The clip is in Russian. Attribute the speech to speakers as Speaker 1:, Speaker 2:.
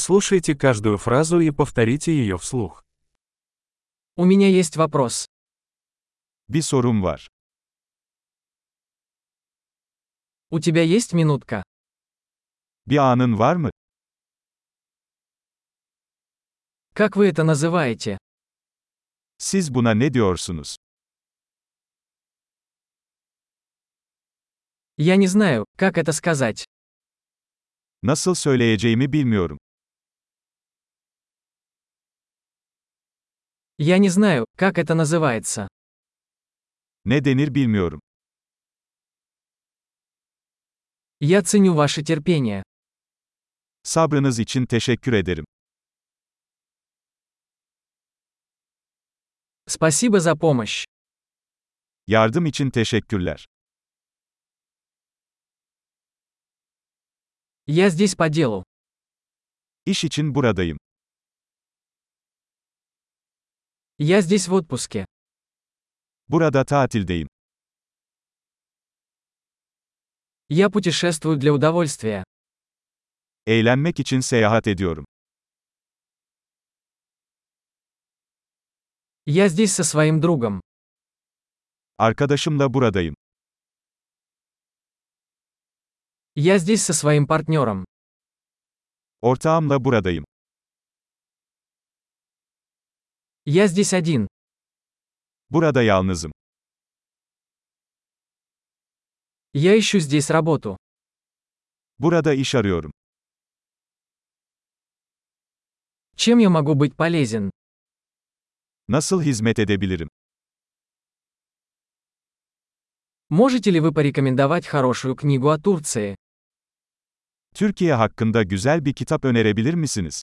Speaker 1: Прослушайте каждую фразу и повторите ее вслух.
Speaker 2: У меня есть вопрос.
Speaker 3: Bir sorum var.
Speaker 2: У тебя есть минутка?
Speaker 3: Bir anın var mı?
Speaker 2: Как вы это называете?
Speaker 3: Siz buna ne diyorsunuz?
Speaker 2: Я не знаю, как это сказать.
Speaker 3: Nasıl söyleyeceğimi bilmiyorum.
Speaker 2: Я не знаю, как это называется.
Speaker 3: Ne denir bilmiyorum.
Speaker 2: Я ценю ваше терпение.
Speaker 3: Sabrınız için teşekkür ederim.
Speaker 2: Спасибо за помощь.
Speaker 3: Yardım için teşekkürler.
Speaker 2: Я здесь по делу.
Speaker 3: İş için buradayım.
Speaker 2: Я здесь в отпуске.
Speaker 3: Burada tatildeyim.
Speaker 2: Я путешествую для удовольствия.
Speaker 3: Eğlenmek için seyahat ediyorum.
Speaker 2: Я здесь со своим другом.
Speaker 3: Arkadaşımla buradayım.
Speaker 2: Я здесь со своим партнером.
Speaker 3: Ortağımla buradayım.
Speaker 2: Я здесь один.
Speaker 3: Burada yalnızım.
Speaker 2: Я ищу здесь работу.
Speaker 3: Burada iş arıyorum.
Speaker 2: Чем я могу быть полезен?
Speaker 3: Nasıl hizmet edebilirim?
Speaker 2: Можете ли вы порекомендовать хорошую книгу о Турции?
Speaker 3: Türkiye hakkında güzel bir kitap önerebilir misiniz?